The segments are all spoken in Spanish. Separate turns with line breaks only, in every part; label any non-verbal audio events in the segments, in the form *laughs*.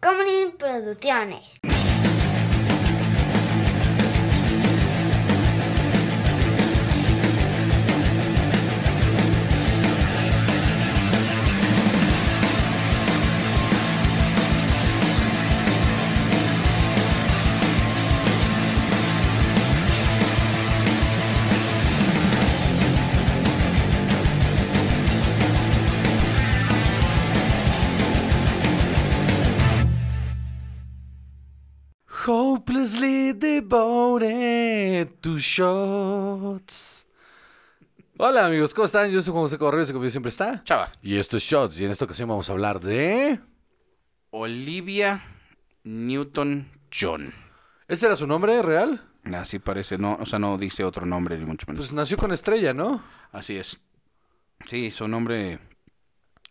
Comedy Producciones.
Hopelessly devoted to shots. Hola amigos, ¿cómo están? Yo soy Juan José Correos y como yo siempre está.
Chava.
Y esto es Shots y en esta ocasión vamos a hablar de...
Olivia Newton-John.
¿Ese era su nombre real?
Así parece, no, o sea, no dice otro nombre ni mucho menos.
Pues nació con estrella, ¿no?
Así es. Sí, su nombre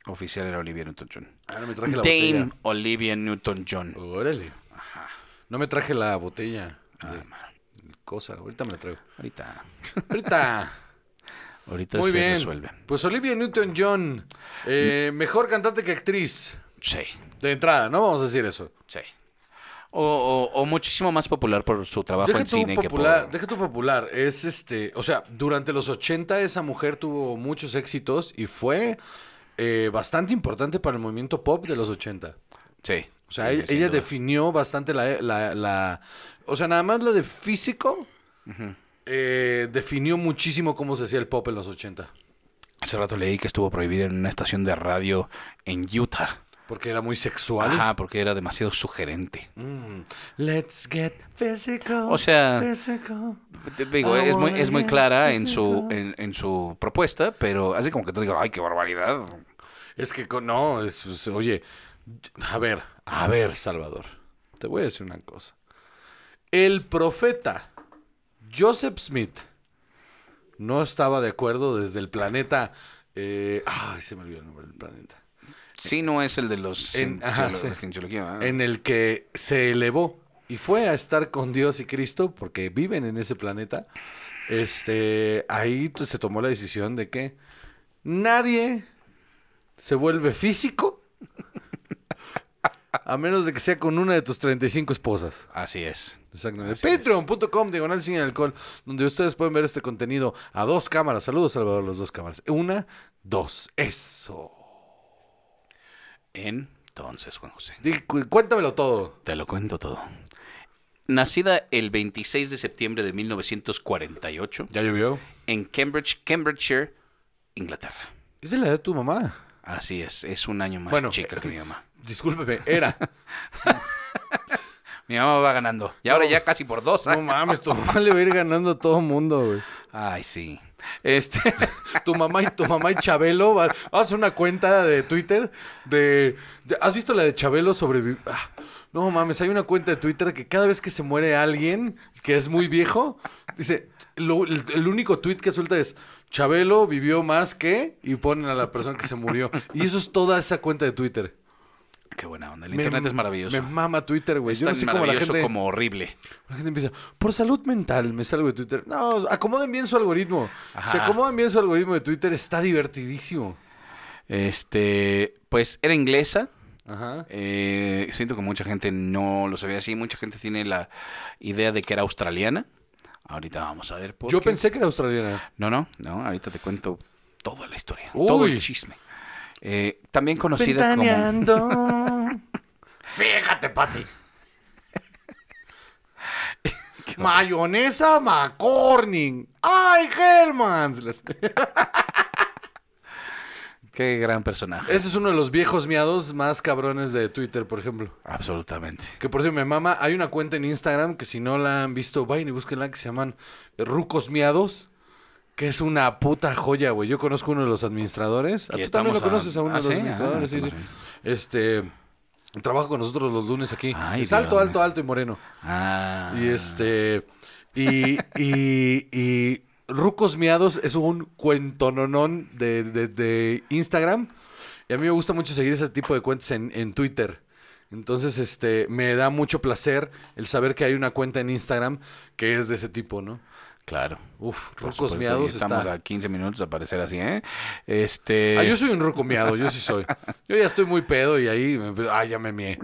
oficial era Olivia Newton-John.
Ah, no me traje la
Dame Olivia Newton-John.
botella. Órale. No me traje la botella.
Ah,
de
mano.
cosa, ahorita me la traigo.
Ahorita,
Ahorita.
*laughs* ahorita
Muy
se
bien.
resuelve.
Pues Olivia Newton-John, eh, mejor cantante que actriz.
Sí,
De entrada, ¿no? Vamos a decir eso.
sí. O, o- o muchísimo más popular por su trabajo
Deja
en
tu
cine
popular,
que por...
deja tu popular, es este, o sea, durante los 80 esa mujer tuvo muchos éxitos y fue eh, bastante importante para el movimiento pop de los 80.
Sí.
O sea,
sí,
ella,
sin
ella
duda.
definió bastante la, la- la- o sea, nada más la de físico eh, definió muchísimo cómo se hacía el pop en los 80,
Hace rato leí que estuvo prohibida en una estación de radio en Utah.
porque era muy sexual.
Ajá, porque era demasiado sugerente.
Mm. Let's get physical.
O sea,
physical.
Te Digo,
I
es muy,
wanna
es muy
get
clara en su,
physical.
en, en su propuesta, pero así como que tú digas, ay, qué barbaridad.
Es que con- no, es- es- oye, a ver, a ver, Salvador, te voy a decir una cosa. El profeta Joseph Smith no estaba de acuerdo desde el planeta. eh, ay, se me olvidó el nombre del planeta.
Sí, no es el de los
En-
cien-
ajá,
cielo-
sí.
cienciología, ¿verdad?
En el que se elevó y fue a estar con Dios y Cristo, porque viven en ese planeta. Este, ahí pues, se tomó la decisión de que nadie se vuelve físico a menos de que sea con una de tus 35 esposas.
Así es.
Exactamente.
Así es.
Patreon.com, diagonal sin alcohol, donde ustedes pueden ver este contenido a dos cámaras. Saludos, Salvador, las dos cámaras. Una, dos. Eso.
Entonces, Juan José,
Di- cu- Cuéntamelo todo.
te lo cuento todo. Nacida el 26 de septiembre de 1948
¿Ya llovió?
en Cambridge, Cambridgeshire, Inglaterra.
Es de la edad de tu mamá.
Así es, es un año más
Bueno, eh,
chica que mi mamá.
Discúlpeme,
*laughs*
era.
Mi mamá va ganando. Y ahora ya casi por dos. ¿eh?
No
años.
mames, tu mamá le va a ir ganando a todo mundo, güey.
Ay, sí. Este,
Tu mamá y tu mamá y Chabelo va- haz una cuenta de Twitter de, de- ¿Has visto la de Chabelo sobrevivir? no mames, hay una cuenta de Twitter que cada vez que se muere alguien que es muy viejo, dice, lo- el, el único tweet que suelta es Chabelo vivió más que y ponen a la persona que se murió. Y eso es toda esa cuenta de Twitter.
*laughs* qué buena onda. El
Me-
internet es maravilloso.
Me mama Twitter, güey. Pues
es
Yo no
tan
sé cómo la
maravilloso
gente...
como horrible.
La gente empieza, por salud mental, me salgo de Twitter. No, acomoden bien su algoritmo.
Ajá.
Si acomodan bien su algoritmo de Twitter, está divertidísimo.
Este, pues era inglesa.
Ajá.
Eh, siento que mucha gente no lo sabía así. Mucha gente tiene la idea de que era australiana. Ahorita vamos a ver por
Yo
qué.
pensé que era australiana.
No, no, no. Ahorita te cuento toda la historia. Todo
Uy.
el chisme. Eh, también conocida como... *laughs*
Fíjate, Pati. *laughs* Mayonesa McCorning. ¡Ay, Hellmans! Las-
Qué gran personaje.
Ese es uno de los viejos miados más cabrones de Twitter, por ejemplo.
Absolutamente.
Que por cierto, me mama, hay una cuenta en Instagram que si no la han visto, vayan y búsquenla que se llaman eh, Rucos Miados, que es una puta joya, güey. Yo conozco uno de los administradores. ¿A
Y
tú también
estamos
lo conoces a,
a-
uno
ah,
de los
sí, ah,
administradores, sí, sí.
estamos
Este trabaja con nosotros los lunes aquí.
Ay,
es alto,
Dios
alto,
mío.
alto y moreno.
Ah.
Y este y y y Rucos Miados es un cuentononón de, de, de Instagram. Y a mí me gusta mucho seguir ese tipo de cuentas en, en Twitter. Entonces, este, me da mucho placer el saber que hay una cuenta en Instagram que es de ese tipo, ¿no?
Claro.
Uf,
Por
rucos
supuesto, y
miados
Estamos
está.
a 15 minutos de aparecer así, ¿eh? Este.
Ah, yo soy un ruco miado, yo sí soy. Yo ya estoy muy pedo y ahí. me- Ah, ya me mié.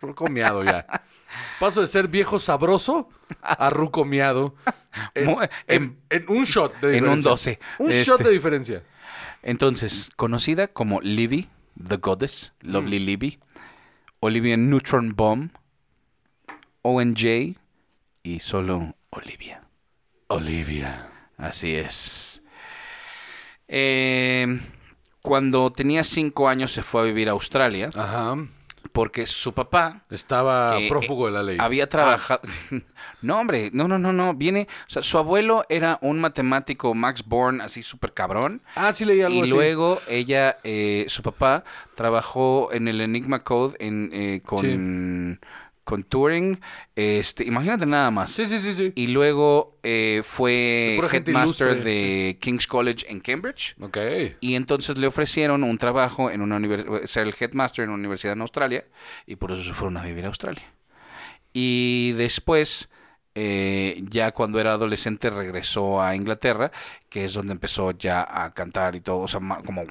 Ruco miado ya. Paso de ser viejo sabroso a ruco miado. En,
Mu-
en- en un shot de
en
diferencia.
un 12.
Un
Este-
shot de diferencia.
Entonces, conocida como Livy, The Goddess, Lovely Livy, Olivia Neutron Bomb, ONJ y solo Olivia.
Olivia.
Así es. Eh, cuando tenía cinco años se fue a vivir a Australia
Ajá.
porque su papá
Estaba
que,
prófugo
eh,
de la ley.
Había trabajado. *laughs* no, hombre, no, no, no, no. Viene. O sea, su abuelo era un matemático, Max Born, así súper cabrón.
Ah, sí leí algo
Y
así.
luego ella, eh, su papá, trabajó en el Enigma Code en, eh, con, con Turing. Este, imagínate nada más.
Sí, sí, sí, sí.
Y luego eh, fue
Pura gente
headmaster
ilustre,
de King's College en Cambridge.
Ok.
Y entonces le ofrecieron un trabajo en una universidad, ser el headmaster en una universidad en Australia, y por eso se fueron a vivir a Australia. Y después, eh, ya cuando era adolescente, regresó a Inglaterra, que es donde empezó ya a cantar y todo, o sea, ma- como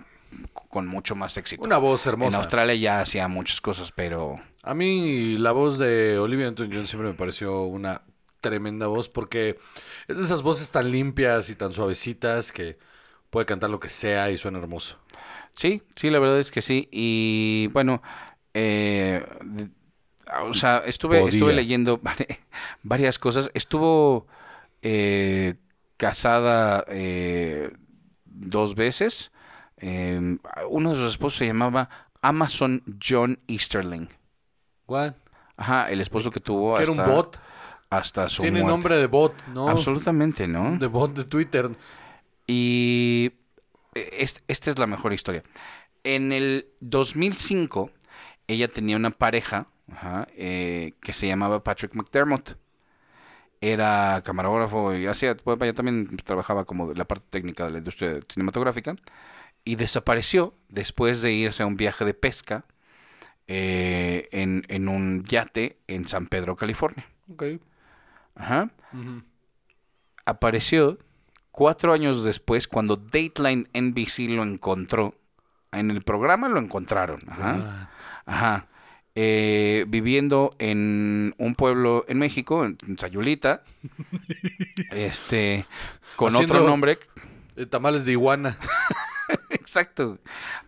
con mucho más éxito.
Una voz
en
hermosa.
Australia ya hacía muchas cosas, pero
A mí la voz de Olivia Newton-John siempre me pareció una tremenda voz porque es de esas voces tan limpias y tan suavecitas que puede cantar lo que sea y suena hermoso.
Sí, sí, la verdad es que sí. Y bueno, eh, d- ah, o sea, estuve,
Podía.
estuve leyendo *laughs* vari- varias cosas. Estuvo eh, casada eh, dos veces. Eh, uno de sus esposos se llamaba Amazon John Easterling.
¿What?
Ajá, el esposo que tuvo
Que
hasta,
era un bot.
hasta Oh, su
Tiene
muerte.
nombre de bot, ¿no?
Absolutamente, ¿no?
De bot de Twitter.
Y eh, es- esta es la mejor historia. En el 2005, ella tenía una pareja ajá, eh, que se llamaba Patrick McDermott. Era camarógrafo y hacía, bueno, yo también trabajaba como de la parte técnica de la industria cinematográfica. Y desapareció después de irse a un viaje de pesca eh, en, en un yate en San Pedro, California.
Ok.
Ajá
Ujú.
apareció cuatro años después cuando Dateline NBC lo encontró. En el programa lo encontraron. Ajá.
Ah,
Ajá. Eh, viviendo en un pueblo en México, en en
*laughs*
Sayulita. este. Con otro
Haciendo-
nombre. *laughs*
eh, tamales de iguana.
Exacto.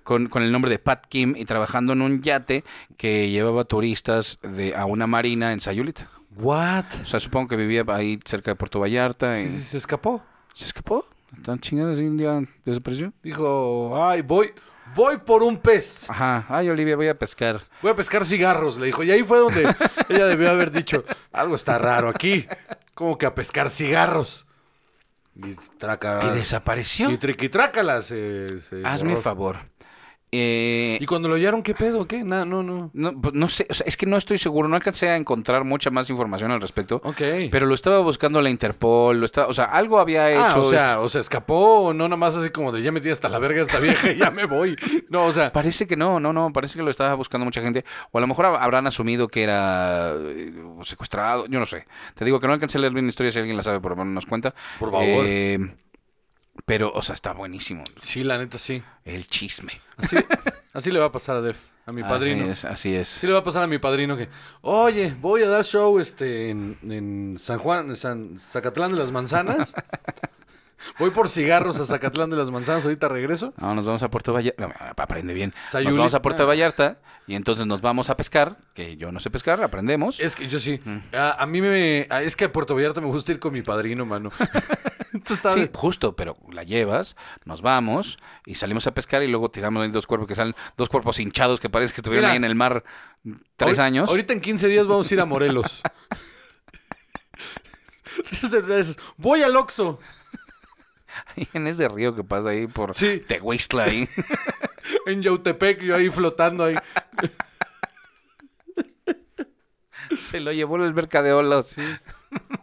Con, con el nombre de Pat Kim y trabajando en un yate que llevaba turistas de, a una marina en Sayulita.
¿What?
O sea, supongo que vivía ahí cerca de Puerto Vallarta.
Sí,
en-
sí, se escapó.
¿Se escapó? ¿Tan chingada así un día desapareció?
Dijo, ay, voy, voy por un pez.
Ajá. Ay, Olivia, voy a pescar.
Voy a pescar cigarros, le dijo. Y ahí fue
*laughs*
donde ella debió haber dicho, algo está raro aquí. Como que a pescar cigarros. Y traca.
Ah, Y desapareció.
y triquitrácala se- se
Hazme
borró.
favor. Eh,
Y cuando lo hallaron, ¿qué pedo? ¿Qué? Nada, no, no.
no, pues, no sé, o sea, es que no estoy seguro, no alcancé a encontrar mucha más información al respecto.
Ok.
Pero lo estaba buscando la Interpol, lo estaba, o sea, algo había hecho.
Ah, o sea, o sea, escapó, no nada más así como de ya metí hasta la verga esta vieja y ya me voy. No, o sea,
Parece que no, no, no, parece que lo estaba buscando mucha gente. O a lo mejor hab- habrán asumido que era eh, secuestrado, yo no sé. Te digo que no alcancé a leer bien la historia, si alguien la sabe, por lo menos nos cuenta.
Por favor.
Eh, pero, o sea, está buenísimo
sí, la neta sí.
el chisme.
Así, así le va a pasar a Def, a
Ah,
mi padrino.
Así es, así es.
Sí le va a pasar a mi padrino que, oye, voy a dar show este en, en San Juan, en San Zacatlán de las
*laughs*
Manzanas. voy por cigarros a Zacatlán de las Manzanas, ahorita regreso.
No, nos vamos a Puerto Vallarta. No, aprende bien.
Sayulita.
Nos vamos a Puerto Vallarta y entonces nos vamos a pescar, que yo no sé pescar, aprendemos.
Es que yo sí,
Mm.
a, a mí me, a- es que a Puerto Vallarta me gusta ir con mi padrino,
*laughs*
mano. Entonces estaba
Sí,
de-
justo, pero la llevas, nos vamos y salimos a pescar y luego tiramos ahí dos cuerpos que salen, dos cuerpos hinchados que parece que estuvieron
Mira.
ahí en el mar tres
ahori-
años.
Ahorita en 15 días vamos a ir a Morelos. Entonces, voy al Oxxo.
*laughs* Ahí en ese río que pasa ahí por
Sí.
Tehuistla
*laughs*
ahí.
En Yautepec, yo ahí flotando ahí.
Se lo llevó la alberca de olas.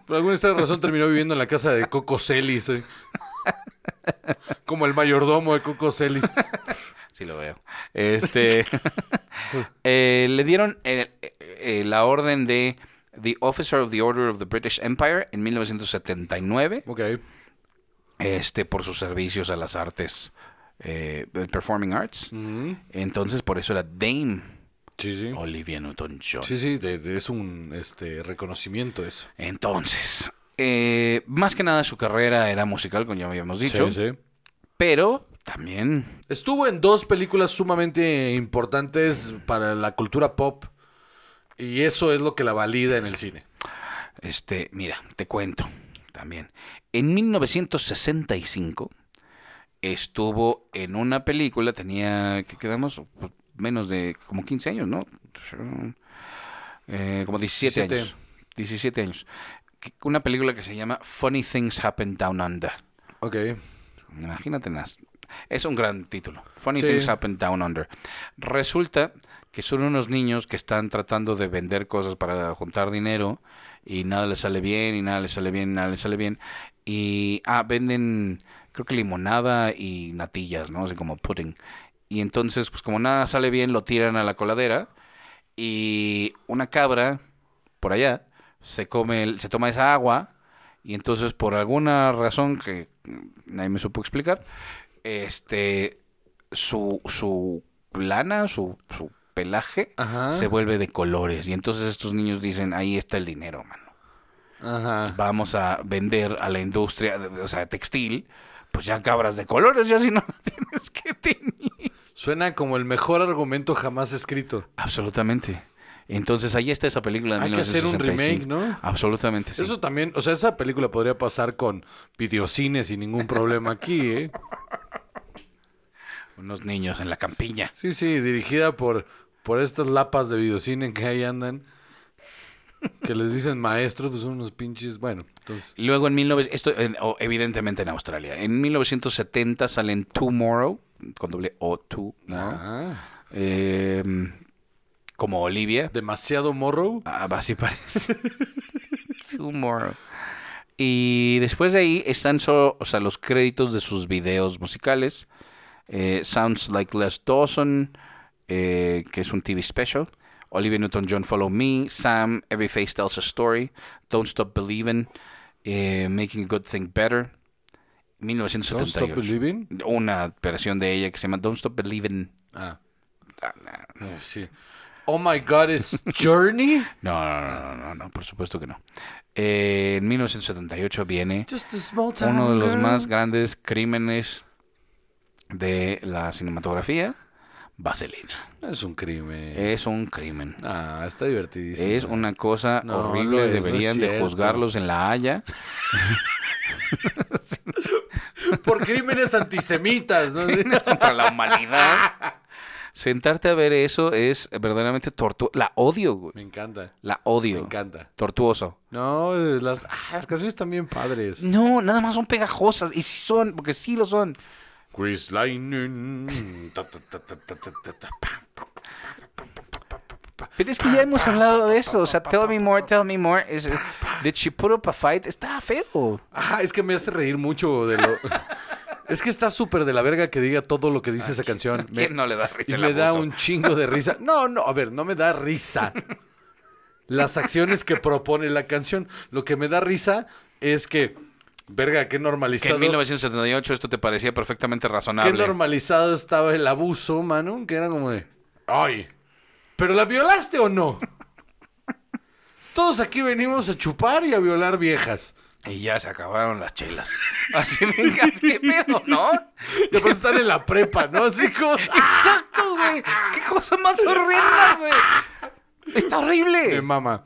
Por alguna extraña razón terminó viviendo en la casa de Coco Celis. eh. Como el mayordomo de Coco Celis.
Sí lo veo.
*laughs*
Este eh, le dieron el- eh, eh, la orden de The Officer of the Order of the British Empire en 1979,
Ok.
este, por sus servicios a las artes, eh, del Performing Arts.
Ujú.
Entonces, por eso era Dame
Sí, sí.
Olivia Newton-John.
Sí, sí, de- de- es un este, reconocimiento eso.
Entonces, eh, más que nada su carrera era musical, como ya habíamos dicho,
Sí, sí.
pero también
Estuvo en dos películas sumamente importantes para la cultura pop. Y eso es lo que la valida en el cine.
Este, mira, te cuento también. En 1965 estuvo en una película, tenía, que quedamos? Pues, Menos de como 15 años, ¿no? Eh, como 17
17.
años. 17 años. Que- Una película que se llama Funny Things Happen Down Under.
Ok.
Imagínate nas- Es un gran título. Funny
Sí.
Things Happen Down Under. Resulta que son unos niños que están tratando de vender cosas para juntar dinero y nada les sale bien, y nada les sale bien, y nada les sale bien. Y ah, venden, creo que limonada y natillas, ¿no? Así como pudding. Y entonces, pues como nada sale bien, lo tiran a la coladera y una cabra por allá se come, el- se toma esa agua y entonces por alguna razón que mm, nadie me supo explicar, este su su lana, su su pelaje
Ajá.
se vuelve de colores y entonces estos niños dicen, "Ahí está el dinero, mano.
Ajá.
Vamos a vender a la industria, de- o sea, textil, pues ya cabras de colores, ya si no *laughs* la tienes que tener."
Suena como el mejor argumento jamás escrito.
Absolutamente. Entonces ahí está esa película de
Hay que hacer un remake,
1965.
¿no?
Absolutamente sí.
Eso también, o sea, esa película podría pasar con videocine sin ningún problema aquí, ¿eh?
Unos niños en la campiña.
Sí, sí, dirigida por, por estas lapas de videocine que ahí andan, que les dicen maestros, pues son unos pinches, bueno, entonces...
Luego en 19... Esto en- o, evidentemente en Australia. En 1970 salen Tomorrow, con doble O, Two, ¿no?
Ah,
Eh, como Olivia.
demasiado morro.
Ah, así parece. *laughs* Tomorrow. Y después de ahí están solo, o sea, los créditos de sus videos musicales. Eh, Sounds Like Les Dawson, eh, que es un TV special. Olivia Newton-John, Follow Me. Sam, Every Face Tells a Story. Don't Stop Believing. eh, Making a Good Thing Better.
Don't Stop
1978.
Believing.
Una versión de ella que se llama Don't Stop Believing.
Ah, eh, sí. Oh my God, it's
*laughs*
Journey.
No, no, no, no, no, no, por supuesto que no. Eh, en 1978 viene
Just a small town
uno de los
girl.
más grandes crímenes de la cinematografía, Vaselina.
Es un crimen.
Es un crimen.
Ah, está divertidísimo.
Eh, Es una cosa
No, no
horrible.
es, no es
Deberían de
cierto.
juzgarlos en La Haya.
*laughs* Por crímenes antisemitas,
*laughs*
¿no?
*laughs* contra la humanidad. *laughs* Sentarte a ver eso es verdaderamente tortuoso. La odio, güey.
Me encanta,
La
me
odio.
encanta.
Tortuoso.
No, eh, las, ah, las canciones también padres.
No, nada más son pegajosas. Y sí son, porque sí lo son.
Chris Lightning. Ta, ta, ta, ta, ta, ta, ta, ta, pa.
Pero es que ya hemos hablado de eso. O sea, Tell Me More, Tell Me More. Es, eh, de Chipuro pa' Fight. Está feo.
Ah, es que me hace reír mucho de *laughs* lo. es que está súper de la verga que diga todo lo que dice esa canción. Me-
¿Quién no le da risa
y
el
me da
abuso?
un chingo de risa. No, no, a ver, no me da risa. Las acciones que propone la canción. Lo que me da risa es que, verga, qué
Que en
normalizado.
1978 esto te parecía perfectamente
Qué
razonable.
normalizado estaba el abuso, mano. Que era como de. ¡Ay! ¿Pero la violaste o no? *laughs* Todos aquí venimos a chupar y a violar viejas.
Y ya se acabaron las chelas. *laughs* Así venga, qué pedo, ¿no?
Y aparte están en la prepa, ¿no? Así
*laughs*
como. "Ah,
Exacto, güey. Qué cosa más horrenda, güey. Está
Me
horrible.
mama.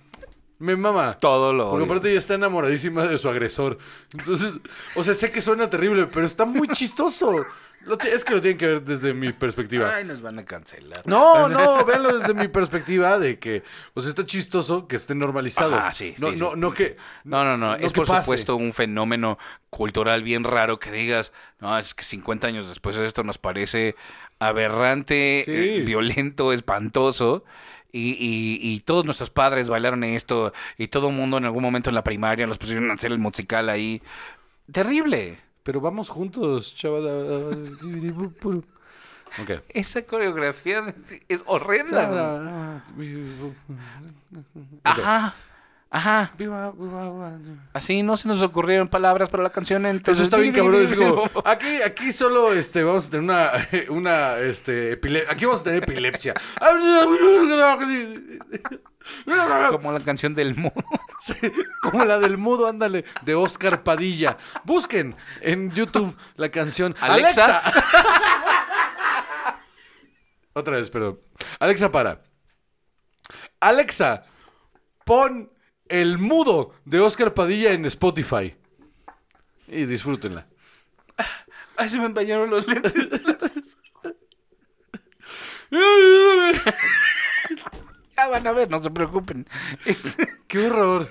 Me mama.
Todo lo
Porque
odio.
aparte ella está enamoradísima de su agresor. Entonces, o sea, sé que suena terrible, pero está muy chistoso. Lo ti- es que lo tienen que ver desde mi perspectiva.
Ay, nos van a cancelar.
No, no, véanlo desde mi perspectiva de que, o sea, está chistoso que esté normalizado.
Ajá, sí,
no,
sí,
no,
sí.
no que.
No, no, no. es
que
por
pase.
supuesto un fenómeno cultural bien raro que digas, no, es que 50 años después esto nos parece aberrante,
Sí.
eh, violento, espantoso. Y, y- y todos nuestros padres bailaron esto. Y todo el mundo en algún momento en la primaria nos pusieron a hacer el musical ahí. Terrible.
Pero vamos juntos, chaval. Ok.
Esa *laughs* coreografía es horrenda. güey. Ajá. Ajá.
Viva, viva, viva.
Así no se nos ocurrieron palabras para la canción. Entonces
Eso está bien cabrón. Es como, aquí, aquí solo este, vamos a tener una, *laughs* una este, epile- aquí vamos a tener epilepsia.
*laughs*
*laughs*
Como la canción del mono.
Sí, como la del modo, ándale, de Oscar Padilla. Busquen en YouTube la canción
Alexa.
Otra vez, perdón. Alexa, para. Alexa, pon el mudo de Oscar Padilla en Spotify. Y disfrútenla.
Ay, se me empañaron los lentes. Ya van a ver, no se preocupen.
Qué horror.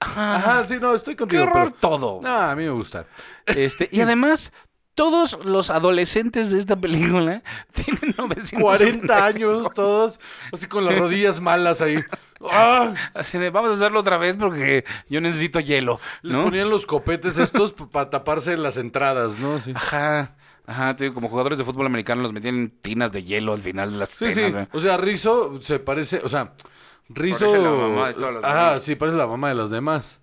Ajá, sí, no, estoy
Qué
contigo.
horror
pero-
todo.
Ah, a mí me gusta.
Este, y además, todos los adolescentes de esta película *laughs* tienen
40
940
años todos, así con las rodillas malas ahí. ¡Ah!
Así de, vamos a hacerlo otra vez porque yo necesito hielo,
Les
¿no?
ponían los copetes estos para taparse las entradas, ¿no? Sí.
Ajá, ajá, te digo, como jugadores de fútbol americano los metían en tinas de hielo al final de las
Sí, sí.
cenas, ¿no?
O sea, Rizo se parece, o sea, Rizo.
Parece la mamá de todas las
Ajá,
demás.
sí, parece la mamá de las demás.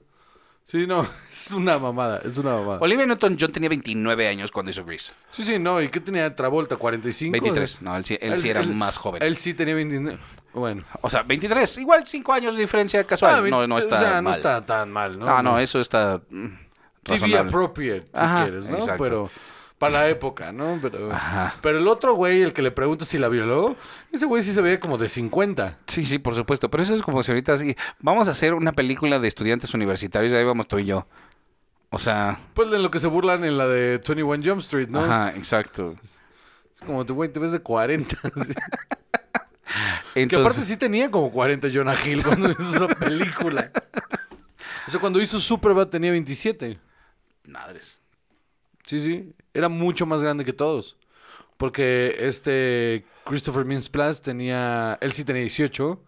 Sí, no, *laughs* es una mamada, es una mamada.
Olivia Newton-John tenía 29 años cuando hizo Grease.
Sí, sí, no, ¿y qué tenía Travolta? ¿45?
23, no, él sí, él sí era más joven.
Él sí tenía 29. Bueno.
O sea, 23, igual 5 años de diferencia casual.
Ah,
no, no
o
está
sea, no
mal.
está tan mal, ¿no?
Ah, no, eso está mm,
TV
razonable.
appropriate, si
Ajá,
quieres, ¿no?
exacto.
Pero para la época, ¿no? Pero,
Ajá.
pero el otro güey, el que le pregunta si la violó, ese güey sí se veía como de 50.
Sí, sí, por supuesto. Pero eso es como si ahorita así, vamos a hacer una película de estudiantes universitarios, ahí vamos tú y yo. O sea,
Pues de lo que se burlan en la de 21 Jump Street, ¿no?
ajá, exacto.
Es como, "Tú, güey, te ves de *laughs* 40. sí. que aparte
Entonces,
sí tenía como 40 Jonah Hill cuando hizo esa película. O sea, cuando hizo Superbad tenía 27.
madres.
Sí, sí. Era mucho más grande que todos. Porque este Christopher Mintz-Plasse tenía... Él sí tenía 18.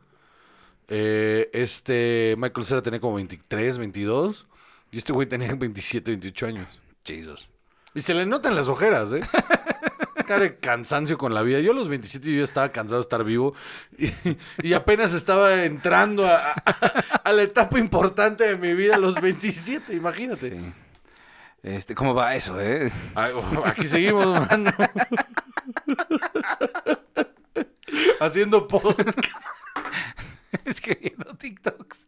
Eh, este Michael Cera tenía como 23, 22. Y este güey tenía 27, 28 años.
Jesus.
Y se le notan las ojeras, ¿eh? Cara de cansancio con la vida. Yo a los 27 yo ya estaba cansado de estar vivo. Y, y apenas estaba entrando a, a- a la etapa importante de mi vida a los 27, imagínate.
Sí. Este, ¿Cómo va eso, eh? *laughs*
Ay, oh, Aquí seguimos, mano. Haciendo podcast.
Escribiendo TikToks.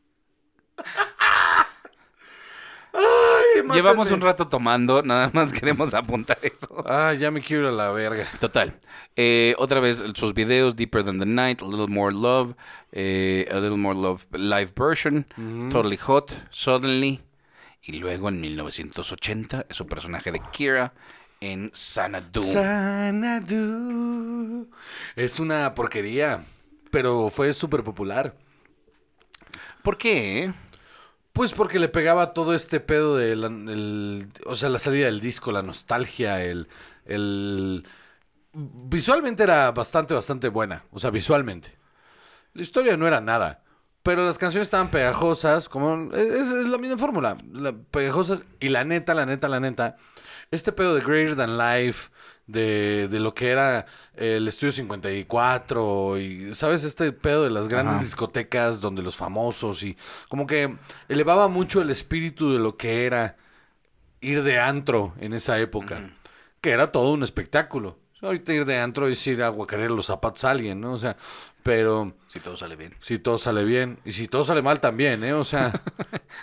Llevamos
Llevamos
un rato tomando, nada más queremos apuntar eso.
Ah, ya me quiero ir a la verga.
Total. Eh, otra vez sus videos, Deeper Than the Night, A Little More Love, eh, A Little More Love Live Version, Totally Hot, Suddenly. Y luego en 1980 es un personaje de Kira en Sanadu.
Sanadu. Es una porquería, pero fue súper popular.
¿Por qué? eh?
Pues porque le pegaba todo este pedo de la, el- o sea, la salida del disco, la nostalgia, el, el... Visualmente era bastante, bastante buena, o sea, visualmente. La historia no era nada, pero las canciones estaban pegajosas, como... Es, es la misma fórmula, la- pegajosas y la neta, la neta, la neta. Este pedo de Greater Than Life, de, de lo que era el Estudio 54 y, ¿sabes? Este pedo de las grandes
Ajá.
discotecas donde los famosos y como que elevaba mucho el espíritu de lo que era ir de antro en esa época, que era todo un espectáculo. O sea, Ahorita ir de antro es ir a guacarear los zapatos a alguien, ¿no? O sea, pero
Si todo sale bien.
si todo sale bien y si todo sale mal también, ¿eh? O sea,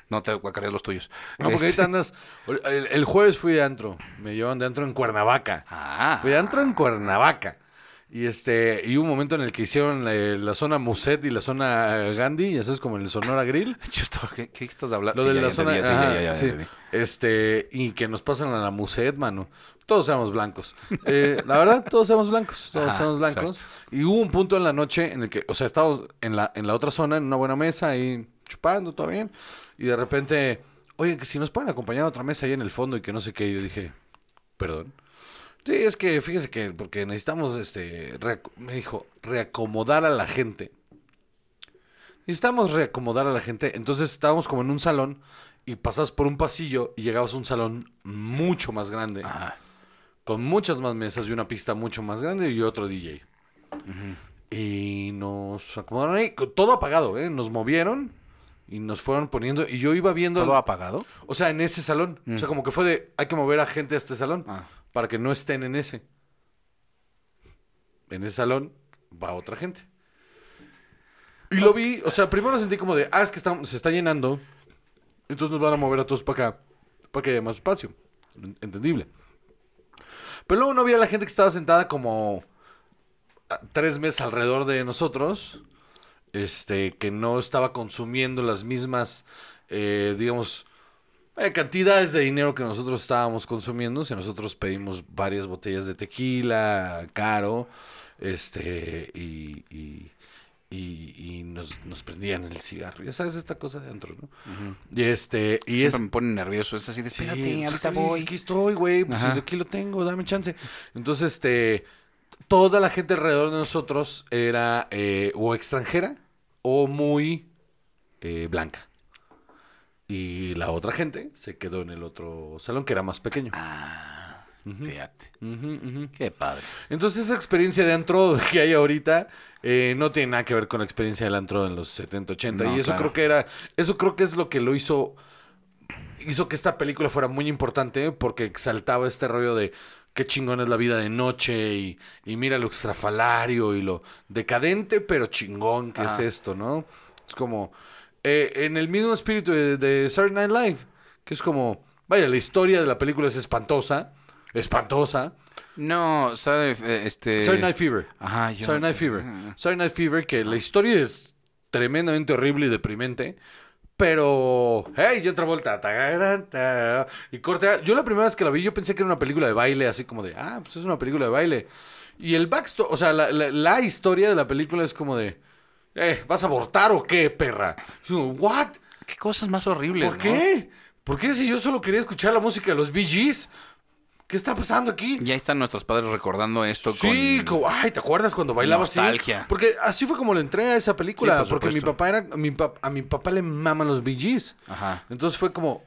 No te guacareas los tuyos.
no, porque
Este-
ahorita andas... El, el jueves fui de antro, me llevan de antro en Cuernavaca.
Ah.
Fui de antro en Cuernavaca. Y este, y hubo un momento en el que hicieron eh, la, zona Muset y la zona eh, Gandhi, ya sabes, como en el Sonora Grill.
*laughs* Yo estaba- ¿qué, qué estás hablando?
Lo
Sí,
de
ya,
la
ya
zona.
entendí, sí, ya,
ajá,
ya, ya
sí.
entendí.
Este, y que nos pasan a la Muset, mano. Todos éramos blancos. Eh, la verdad, todos éramos blancos. Todos
Ajá,
éramos blancos. Y hubo un punto en la noche en el que, o sea, estábamos en la, en la otra zona, en una buena mesa, ahí chupando, todo bien. Y de repente, oye, que si nos pueden acompañar a otra mesa ahí en el fondo y que no sé qué. Y yo dije, perdón. Sí, es que fíjese que porque necesitamos, este, reac- me dijo, reacomodar a la gente. Necesitamos reacomodar a la gente. Entonces estábamos como en un salón y pasabas por un pasillo y llegabas a un salón mucho más grande,
Ajá.
con muchas más mesas y una pista mucho más grande y otro DJ. Y nos acomodaron ahí, con todo apagado, ¿eh? Nos movieron Y nos fueron poniendo. Y yo iba viendo.
¿Todo apagado?
O sea, en ese salón. O sea, como que fue de. Hay que mover a gente a este salón.
Ah.
Para que no estén en ese. En ese salón va otra gente. Y lo vi. O sea, primero sentí como de. Ah, es que está- se está llenando. Entonces nos van a mover a todos para acá. Para que haya más espacio. Entendible. Pero luego no vi a la gente que estaba sentada como. a- Tres meses alrededor de nosotros este, que no estaba consumiendo las mismas, eh, digamos, eh, cantidades de dinero que nosotros estábamos consumiendo. Si nosotros pedimos varias botellas de tequila, caro, este, y, y, y- y nos, nos prendían el cigarro. Ya sabes, esta cosa de antro, ¿no? Y este, y es...
Siempre me pone nervioso. Es así de,
Sí,
espérate,
pues,
ahorita
estoy-
voy.
Aquí estoy, güey. Pues,
Ajá.
sí, aquí lo tengo, dame chance. Entonces, este, toda la gente alrededor de nosotros era eh, o extranjera o muy eh, blanca. Y la otra gente se quedó en el otro salón que era más pequeño.
Ah. Fíjate.
Ujú, ujú.
Qué padre.
Entonces esa experiencia de antro *laughs* que hay ahorita eh, no tiene nada que ver con la experiencia del antro en los 70, 80.
No,
y eso
claro.
creo que era, eso creo que es lo que lo hizo, hizo que esta película fuera muy importante porque exaltaba este rollo de qué chingón es la vida de noche y, y mira lo extrafalario y lo decadente pero chingón que
Ajá.
es esto, ¿no? Es como, eh, en el mismo espíritu de, de Saturday Night Live, que es como, vaya, la historia de la película es espantosa, espantosa.
No, ¿sabes? Eh, Este...
Saturday Night Fever.
Ajá, yo... Ah,
Saturday Night Fever. Saturday Night Fever, que la historia es tremendamente horrible y deprimente. Pero, hey, yo otra vuelta. Y corta. Yo la primera vez que la vi, yo pensé que era una película de baile, así como de, ah, pues es una película de baile. Y el backstory, o sea, la, la- la historia de la película es como de, eh, ¿vas a abortar o qué, perra? Y yo, ¿what?
Qué cosas más horribles,
¿Por
Pues ¿no?
qué? ¿Por qué si yo solo quería escuchar la música de los Bee Gees? ¿Qué está pasando aquí?
Y ahí están nuestros padres recordando esto
Sí,
con...
como, ay, ¿te acuerdas cuando bailaba
nostalgia.
así? Porque así fue como le entré a esa película.
Sí, por
porque mi
supuesto.
papá era. mi pap- a mi papá le maman los Bee Gees.
Ajá.
Entonces fue como.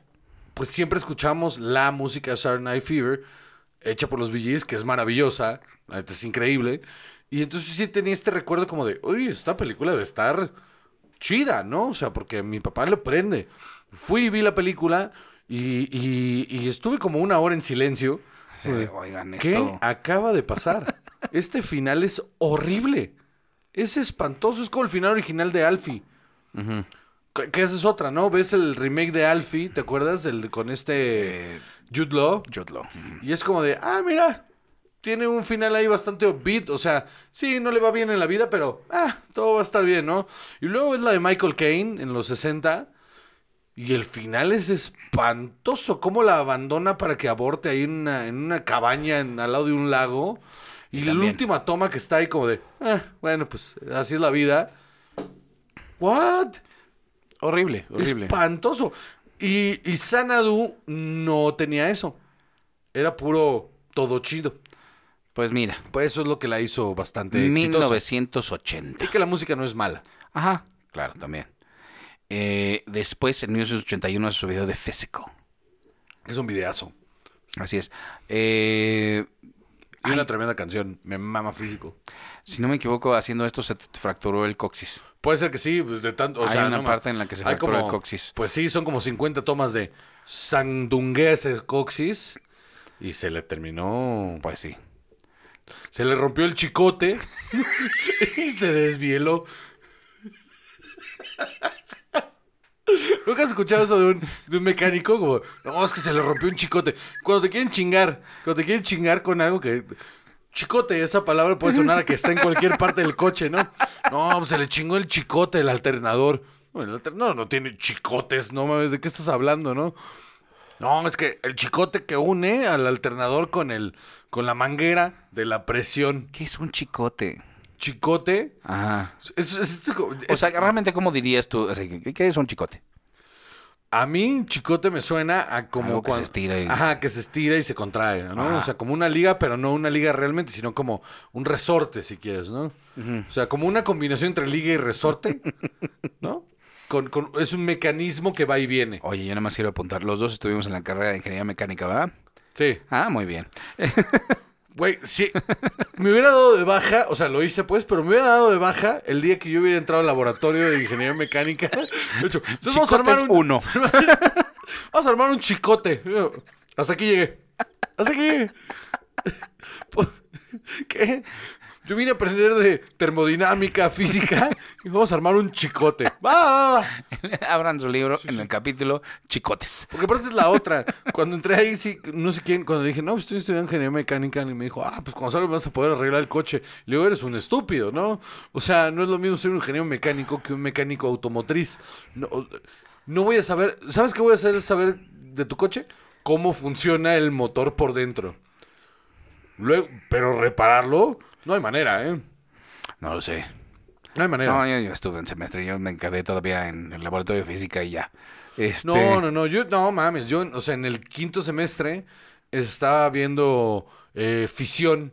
Pues siempre escuchamos la música de Saturday Night Fever, hecha por los Bee Gees, que es maravillosa. la neta Es increíble. Y entonces sí tenía este recuerdo como de, oye, esta película debe estar chida, ¿no? O sea, porque mi papá le prende. Fui y vi la película y, y- y estuve como una hora en silencio.
Sí,
Como de,
oigan,
¿Qué Ah.
esto...
acaba de pasar? Este final es horrible. Es espantoso. Es como el final original de Alfie.
Ujú.
Que- Que esa es otra, ¿no? Ves el remake de Alfie, ¿te acuerdas? El, con este
Eh,
Jude Law.
Jude Law. Ujú.
Y es como de, ah, mira, tiene un final ahí bastante beat. O sea, sí, no le va bien en la vida, pero, ah, todo va a estar bien, ¿no? Y luego es la de Michael Caine en los 60. Y el final es espantoso. Cómo la abandona para que aborte ahí en una, en una cabaña en- al lado de un lago. Y,
Y
la
también-
última toma que está ahí como de, ah, bueno, pues así es la vida. ¿What?
Horrible, horrible.
Espantoso. Y, y Sanadu no tenía eso. Era puro todo chido.
Pues mira,
Pues eso es lo que la hizo bastante exitosa.
1980.
Y que la música no es mala.
Ajá, claro, también. Eh, después, en 1981, hace su video de Physical.
Es un videazo.
Así es. Eh,
Y una tremenda canción. Me mama físico.
si no me equivoco, haciendo esto se te fracturó el coxis.
Puede ser que sí, pues, de tanto. o
Hay
sea,
una
no ma-
parte en la que se
hay
fractura
como-
el coxis.
Pues sí, son como 50 tomas de sandungués el coxis. Y se le terminó.
Pues sí.
Se le rompió el chicote. y *laughs* se desvieló. ¿Nunca has escuchado eso de un, de un mecánico? Como, no, es que se le rompió un chicote. Cuando te quieren chingar, cuando te quieren chingar con algo que. Chicote, esa palabra puede sonar a que está en cualquier parte del coche, ¿no? No, pues, se le chingó el chicote, el alternador. No, el alternador no tiene chicotes, no mames, ¿de qué estás hablando, no? No, es que el chicote que une al alternador con el con la manguera de la presión.
¿Qué es un chicote?
Chicote.
Ajá.
Es, es- es-
O sea, realmente, ¿cómo dirías tú? O sea, ¿qué- ¿Qué es un chicote?
a mí chicote me suena a como
Algo que se
cuan-
estira y-
Ajá, que se estira y se contrae, ¿no?
Ajá.
O sea, como una liga, pero no una liga realmente, sino como un resorte, si quieres, ¿no? O sea, como una combinación entre liga y
*laughs*
resorte, ¿no? Con, con- es un mecanismo que va y viene.
Oye, yo nada más quiero apuntar. Los dos estuvimos en la carrera de ingeniería mecánica, ¿verdad?
Sí.
Ah, muy bien.
Güey, sí. Me hubiera dado de baja, o sea, lo hice pues, pero me hubiera dado de baja el día que yo hubiera entrado al laboratorio de ingeniería mecánica. *laughs* De hecho, entonces *laughs* vamos a armar
Chicotes
un,
uno.
vamos a armar un chicote. Yo, Hasta aquí llegué. Hasta aquí llegué. Po- ¿Qué? Yo vine a aprender de termodinámica, física, y vamos a armar un chicote. Va, va, va.
Abran su libro en el capítulo Chicotes.
Porque aparte es la otra. Cuando entré ahí, sí, no sé quién, cuando dije, no, pues estoy estudiando ingeniería mecánica, y me dijo, ah, pues cuando salgas vas a poder arreglar el coche. Le digo, eres un estúpido, ¿no? O sea, no es lo mismo ser un ingeniero mecánico que un mecánico automotriz. No, no voy a saber, ¿sabes qué voy a hacer? Es saber de tu coche cómo funciona el motor por dentro. Luego, pero repararlo, no hay manera, ¿eh?
No lo sé.
No hay manera.
No, yo, yo estuve en semestre, yo me encargué todavía en el laboratorio de física y ya. Este,
No, no, no, yo, no mames, yo, o sea, en el quinto semestre estaba viendo eh, fisión.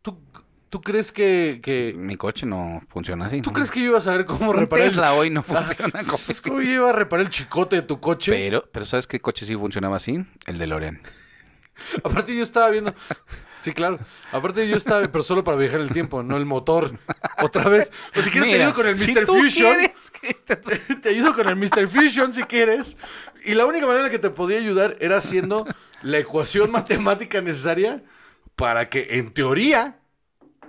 ¿Tú, tú crees que, que-
Mi coche no funciona así.
¿Tú
¿no?
crees que yo iba a saber cómo
Un
reparar
Tesla hoy no
el... Ah,
funciona como
¿sabes cómo yo iba a reparar el chicote de tu coche?
Pero, pero ¿sabes qué coche sí funcionaba así? El de Loren.
Aparte yo estaba viendo... Sí, claro. Aparte yo estaba... Pero solo para viajar el tiempo, no el motor. Otra vez. O si quieres te ayudo con el Mr. Fusion. *laughs* Te ayudo con el Mr. Fusion si quieres. Y la única manera en la que te podía ayudar era haciendo la ecuación matemática necesaria para que, en teoría,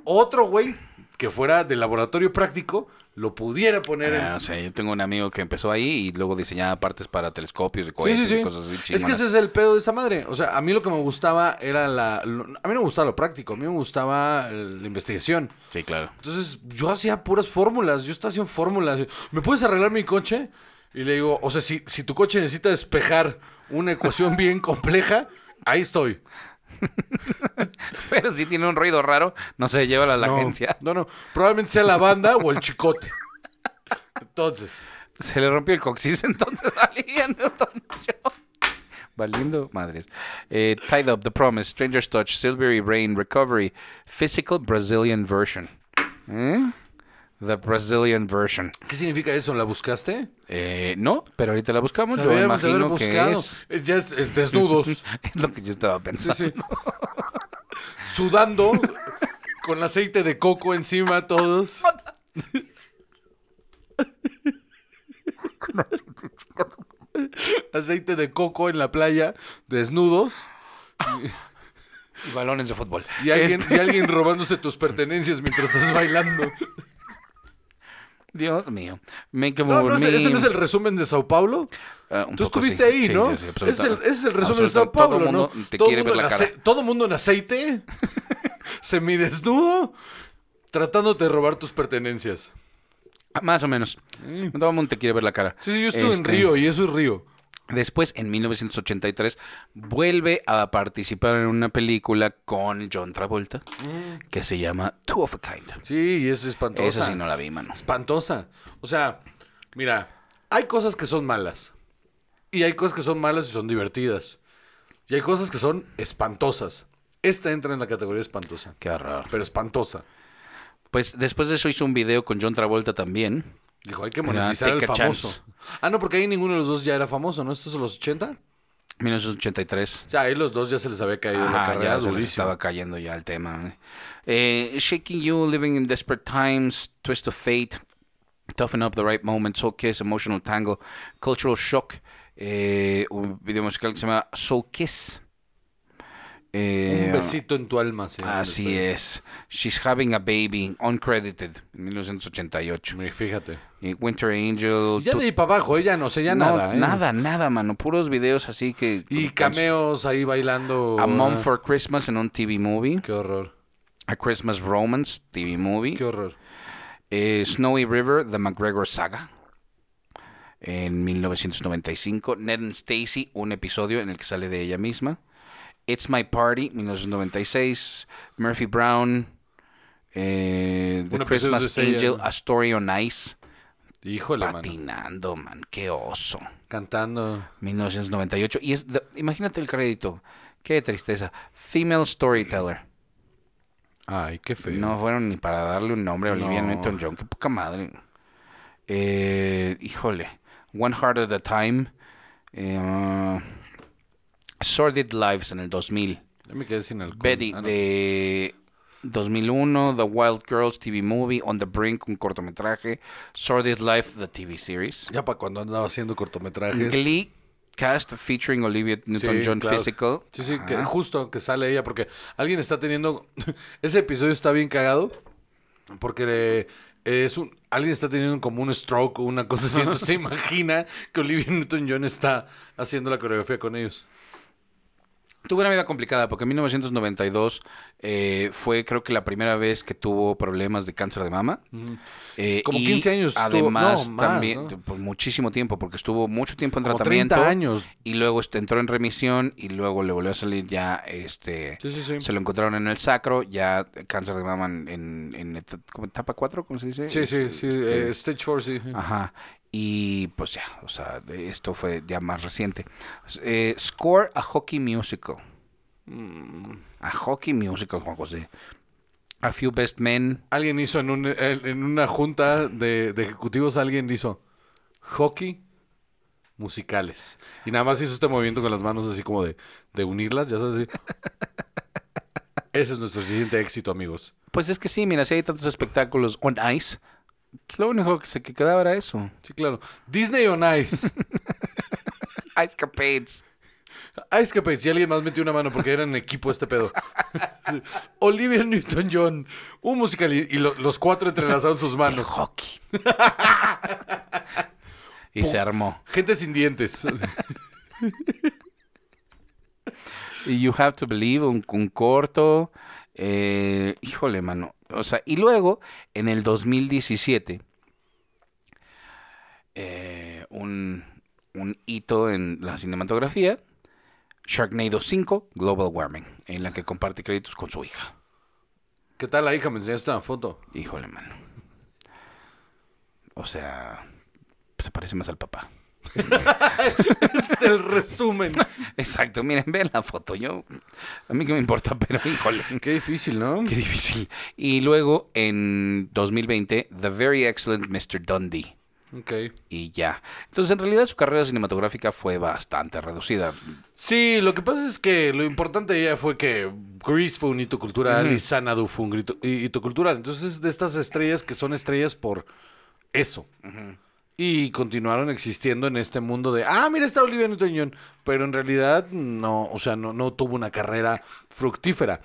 otro güey que fuera del laboratorio práctico lo pudiera poner en.
Ah, o sea, yo tengo un amigo que empezó ahí y luego diseñaba partes para telescopios, y cohetes y cosas así.
Es que
chingonas.
ese es el pedo de esa madre. O sea, a mí lo que me gustaba era la. lo- a mí no me gustaba lo práctico, a mí me gustaba eh, la investigación.
Sí, claro.
Entonces yo hacía puras fórmulas, yo estaba haciendo fórmulas. ¿Me puedes arreglar mi coche? Y le digo, o sea, si, si tu coche necesita despejar una ecuación
*laughs*
bien compleja, ahí estoy.
*laughs* Pero si tiene un ruido raro, no sé, llévalo a la
No,
agencia. *laughs*
No, no, probablemente sea la banda o el chicote. Entonces,
Se le rompió el coxis, *laughs* entonces valía Newton John. Valiendo madres. Eh, Tied Up, The Promise, Stranger's Touch, Silvery Rain, Recovery, Physical Brazilian Version. ¿Eh? The Brazilian Version.
¿qué significa eso? ¿La buscaste?
Eh, no, pero ahorita la buscamos. Yo
Deberíamos de
imagino que es, *laughs*
Eh, Ya es, es desnudos,
es lo que yo estaba
sí, *laughs*
pensando.
sí. Sudando, con aceite de coco encima todos. aceite de coco en la playa, desnudos,
Y balones de fútbol.
y alguien,
Este-
y alguien robándose tus pertenencias mientras estás bailando.
*laughs* Dios mío. Make a
No,
move
no, ese,
me.
ese no es el resumen de Sao Paulo.
Ah, un
Tú
poco
estuviste
sí.
ahí,
Sí,
¿no?
sí, sí, absoluta-
es, el, ese es el resumen de
absoluta-
Sao Paulo,
Todo mundo
¿no?
te quiere ver
mundo
la
en
cara.
ace- todo mundo en
*laughs*
aceite, semidesnudo, tratándote de robar tus pertenencias.
Ah, Más o menos. Todo el mundo te quiere ver la cara.
Sí, sí, yo estuve en
Este,
Río y eso es Río.
Después, en 1983, vuelve a participar en una película con John Travolta
Mm.
que se llama Two of a Kind.
Sí, y es espantosa.
Esa sí no la vi, mano.
Espantosa. O sea, mira, hay cosas que son malas. Y hay cosas que son malas y son divertidas. Y hay cosas que son espantosas. Esta entra en la categoría espantosa.
Qué horror.
Pero espantosa.
Pues después de eso hizo un video con John Travolta también.
Dijo, hay que
Era
monetizar al
Take a
famoso.
Chance.
Ah, no, porque ahí ninguno de los dos ya era famoso, ¿no? ¿Estos son los 80?
1983.
O sea, ahí los dos ya se les había caído la
Ajá,
carrera
ya se les
durísimo.
estaba cayendo ya el tema. ¿eh? Eh, Shaking You, Living in Desperate Times, Twist of Fate, Toughen Up the Right Moment, Soul Kiss, Emotional Tango, Cultural Shock, eh, un video musical que se llama Soul Kiss. Eh,
Un besito en tu alma. se llama
Así
después.
es. She's Having a Baby, Uncredited, en 1988.
Mira, Fíjate.
Y Eh, Winter Angel.
Y ya
tu-
de ahí para abajo, ella no sé, ya
No,
nada. ¿eh?
Pues nada, nada, mano. Puros videos así que...
Y cameos ahí bailando.
A Mom
Ah,
for Christmas en un TV movie.
Qué horror.
A Christmas Romance, TV movie.
Qué horror.
Eh, Snowy River, The McGregor Saga. En 1995. Ned and Stacy, un episodio en el que sale de ella misma. It's My Party, 1996. Murphy Brown. eh, The
Un episodio
Christmas
de ella,
Angel,
¿no?
A Story on Ice.
Híjole, mano.
Patinando, man. Qué oso.
Cantando.
1998. Y es, de- imagínate el crédito. Qué tristeza. Female Storyteller.
Ay, qué feo.
No fueron ni para darle un nombre a Olivia
Este, No.
Newton-John. Qué poca madre. Eh, híjole. One Heart at a Time. eh, uh, Sordid Lives en el 2000.
Ya me quedé sin alcohol.
Betty,
Ah, no.
de 2001, The Wild Girls TV Movie, On the Brink, un cortometraje, Sordid Life, the TV series,
Ya para cuando andaba haciendo cortometrajes.
Glee, cast featuring Olivia Newton-John
Sí, claro.
Physical.
Sí, sí, que
Ajá.
justo que sale ella, porque alguien está teniendo. *laughs* Ese episodio está bien cagado, porque eh, es un. Alguien está teniendo como un stroke o una cosa así. Entonces se
*laughs*
imagina que Olivia Newton-John está haciendo la coreografía con ellos.
Tuve una vida complicada porque en 1992 eh, fue creo que la primera vez que tuvo problemas de cáncer de mama. Eh,
Como
y
15 años estuvo-
Además,
no, más,
también,
¿no?
por muchísimo tiempo, porque estuvo mucho tiempo en
Como
tratamiento.
30 años.
Y luego este, entró en remisión y luego le volvió a salir ya, este,
Sí, sí, sí.
se lo encontraron en el sacro, ya cáncer de mama en, en, en et- como etapa 4, ¿cómo se dice?
Sí, sí, sí.
Este,
eh, stage 4, sí.
Ajá. Y pues ya, o sea, esto fue ya más reciente. Eh, score a Hockey Musical. A Hockey Musical, Juan José. A Few Best Men.
Alguien hizo en, un, en una junta de, de ejecutivos, alguien hizo hockey musicales. Y nada más hizo este movimiento con las manos así como de, de unirlas, ya sabes. así. Ese es nuestro siguiente éxito, amigos.
Pues es que sí, mira, si hay tantos espectáculos on ice, pues, lo único que se que quedaba era eso.
Sí, claro. Disney on Ice. *laughs*
Ice Capades.
Ice Capades. Y alguien más metió una mano porque eran en equipo este pedo. *laughs* Olivia Newton-John. Un musical y, y lo- los cuatro entrelazaron sus
El
manos.
*laughs* hockey. y se armó.
Gente sin dientes.
Y You Have to Believe, un, un corto. eh, híjole, mano. O sea, y luego, en el 2017, eh, un, un hito en la cinematografía, Sharknado 5, Global Warming, en la que comparte créditos con su hija.
¿Qué tal la hija? Me enseñaste una foto. *laughs*
Híjole, mano. O sea, se parece más al papá. *laughs*
es el resumen.
Exacto, miren, ven la foto. Yo, a mí que me importa, pero híjole.
Qué difícil, ¿no?
*laughs* Qué difícil. Y luego en 2020, The Very Excellent Mr. Dundee.
Ok.
Y ya. Entonces, en realidad, su carrera cinematográfica fue bastante reducida.
Sí, lo que pasa es que lo importante de ella fue que Grease fue un hito cultural y Sanadu fue un grito- hi- hito cultural. Entonces, es de estas estrellas que son estrellas por eso. Y continuaron existiendo en este mundo de, ah, mira, está Olivia Newton-John. Pero en realidad, no, o sea, no, no tuvo una carrera fructífera.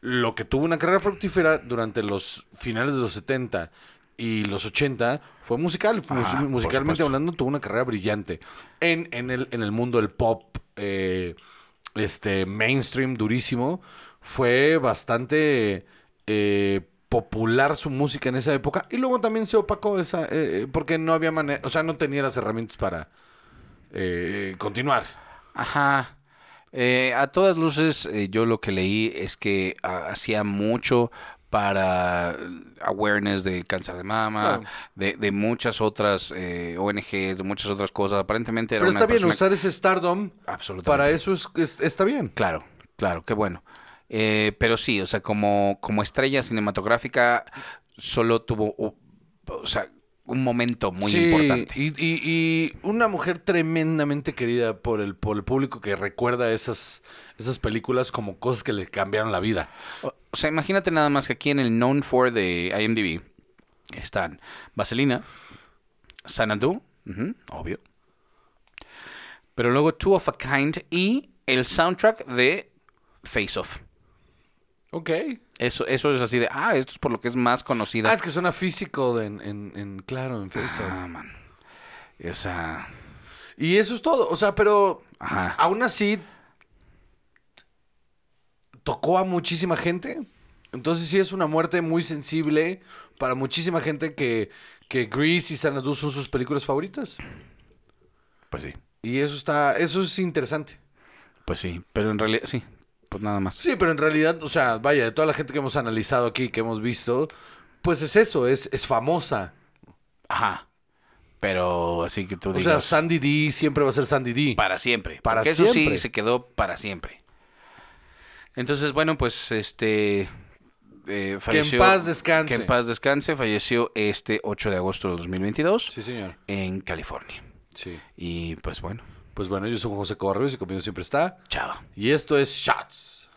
Lo que tuvo una carrera fructífera durante los finales de los 70 y los 80 fue musical. Mus-
Ajá, por
musicalmente
supuesto.
hablando, tuvo una carrera brillante en, en, el, en el mundo del pop eh, este, mainstream durísimo. Fue bastante eh, popular su música en esa época y luego también se opacó esa, eh, porque no había manera, o sea, no tenía las herramientas para eh, continuar.
Ajá. Eh, a todas luces, eh, yo lo que leí es que ah, hacía mucho para eh, awareness del cáncer de mama,
Claro.
de, de muchas otras eh, ONGs, de muchas otras cosas. Aparentemente era
Pero
una
está bien
persona-
usar ese stardom.
Absolutamente.
Para eso es- es- está bien.
Claro, claro, qué bueno. Eh, pero sí, o sea, como, como estrella cinematográfica, solo tuvo o, o sea, un momento muy
Sí,
importante.
Y, y- y una mujer tremendamente querida por el, por el público que recuerda esas, esas películas como cosas que le cambiaron la vida.
O, o sea, imagínate nada más que aquí en el Known For de IMDb están Vaselina, Sanadu, ujú, obvio. Pero luego Two of a Kind y el soundtrack de Face Off.
Ok.
Eso, eso es así de, ah, esto es por lo que es más conocida.
Ah, es que suena físico en, en- en- claro, en Facebook.
Ah, man. O sea,
Y eso es todo. O sea, pero
ajá.
aún así tocó a muchísima gente. Entonces sí es una muerte muy sensible para muchísima gente que, que Grease y Sanadu son sus películas favoritas.
Pues sí.
Y eso está, eso es interesante.
Pues sí, pero en realidad sí, pues nada más.
Sí, pero en realidad, o sea, vaya, de toda la gente que hemos analizado aquí, que hemos visto, pues es eso, es, es famosa.
Ajá. Pero así que tú
O
digas
sea, Sandy D siempre va a ser Sandy D.
para siempre,
Para
porque eso sí
siempre.
se quedó para siempre. Entonces, bueno, pues este eh, falleció
paz descanse.
Que en paz descanse, falleció este 8 de agosto de 2022
Sí, señor.
en California.
Sí.
Y pues bueno,
Pues bueno, yo soy Juan José Correos y conmigo siempre está.
chao.
Y esto es Shots.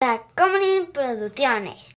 Tacomunin Producciones.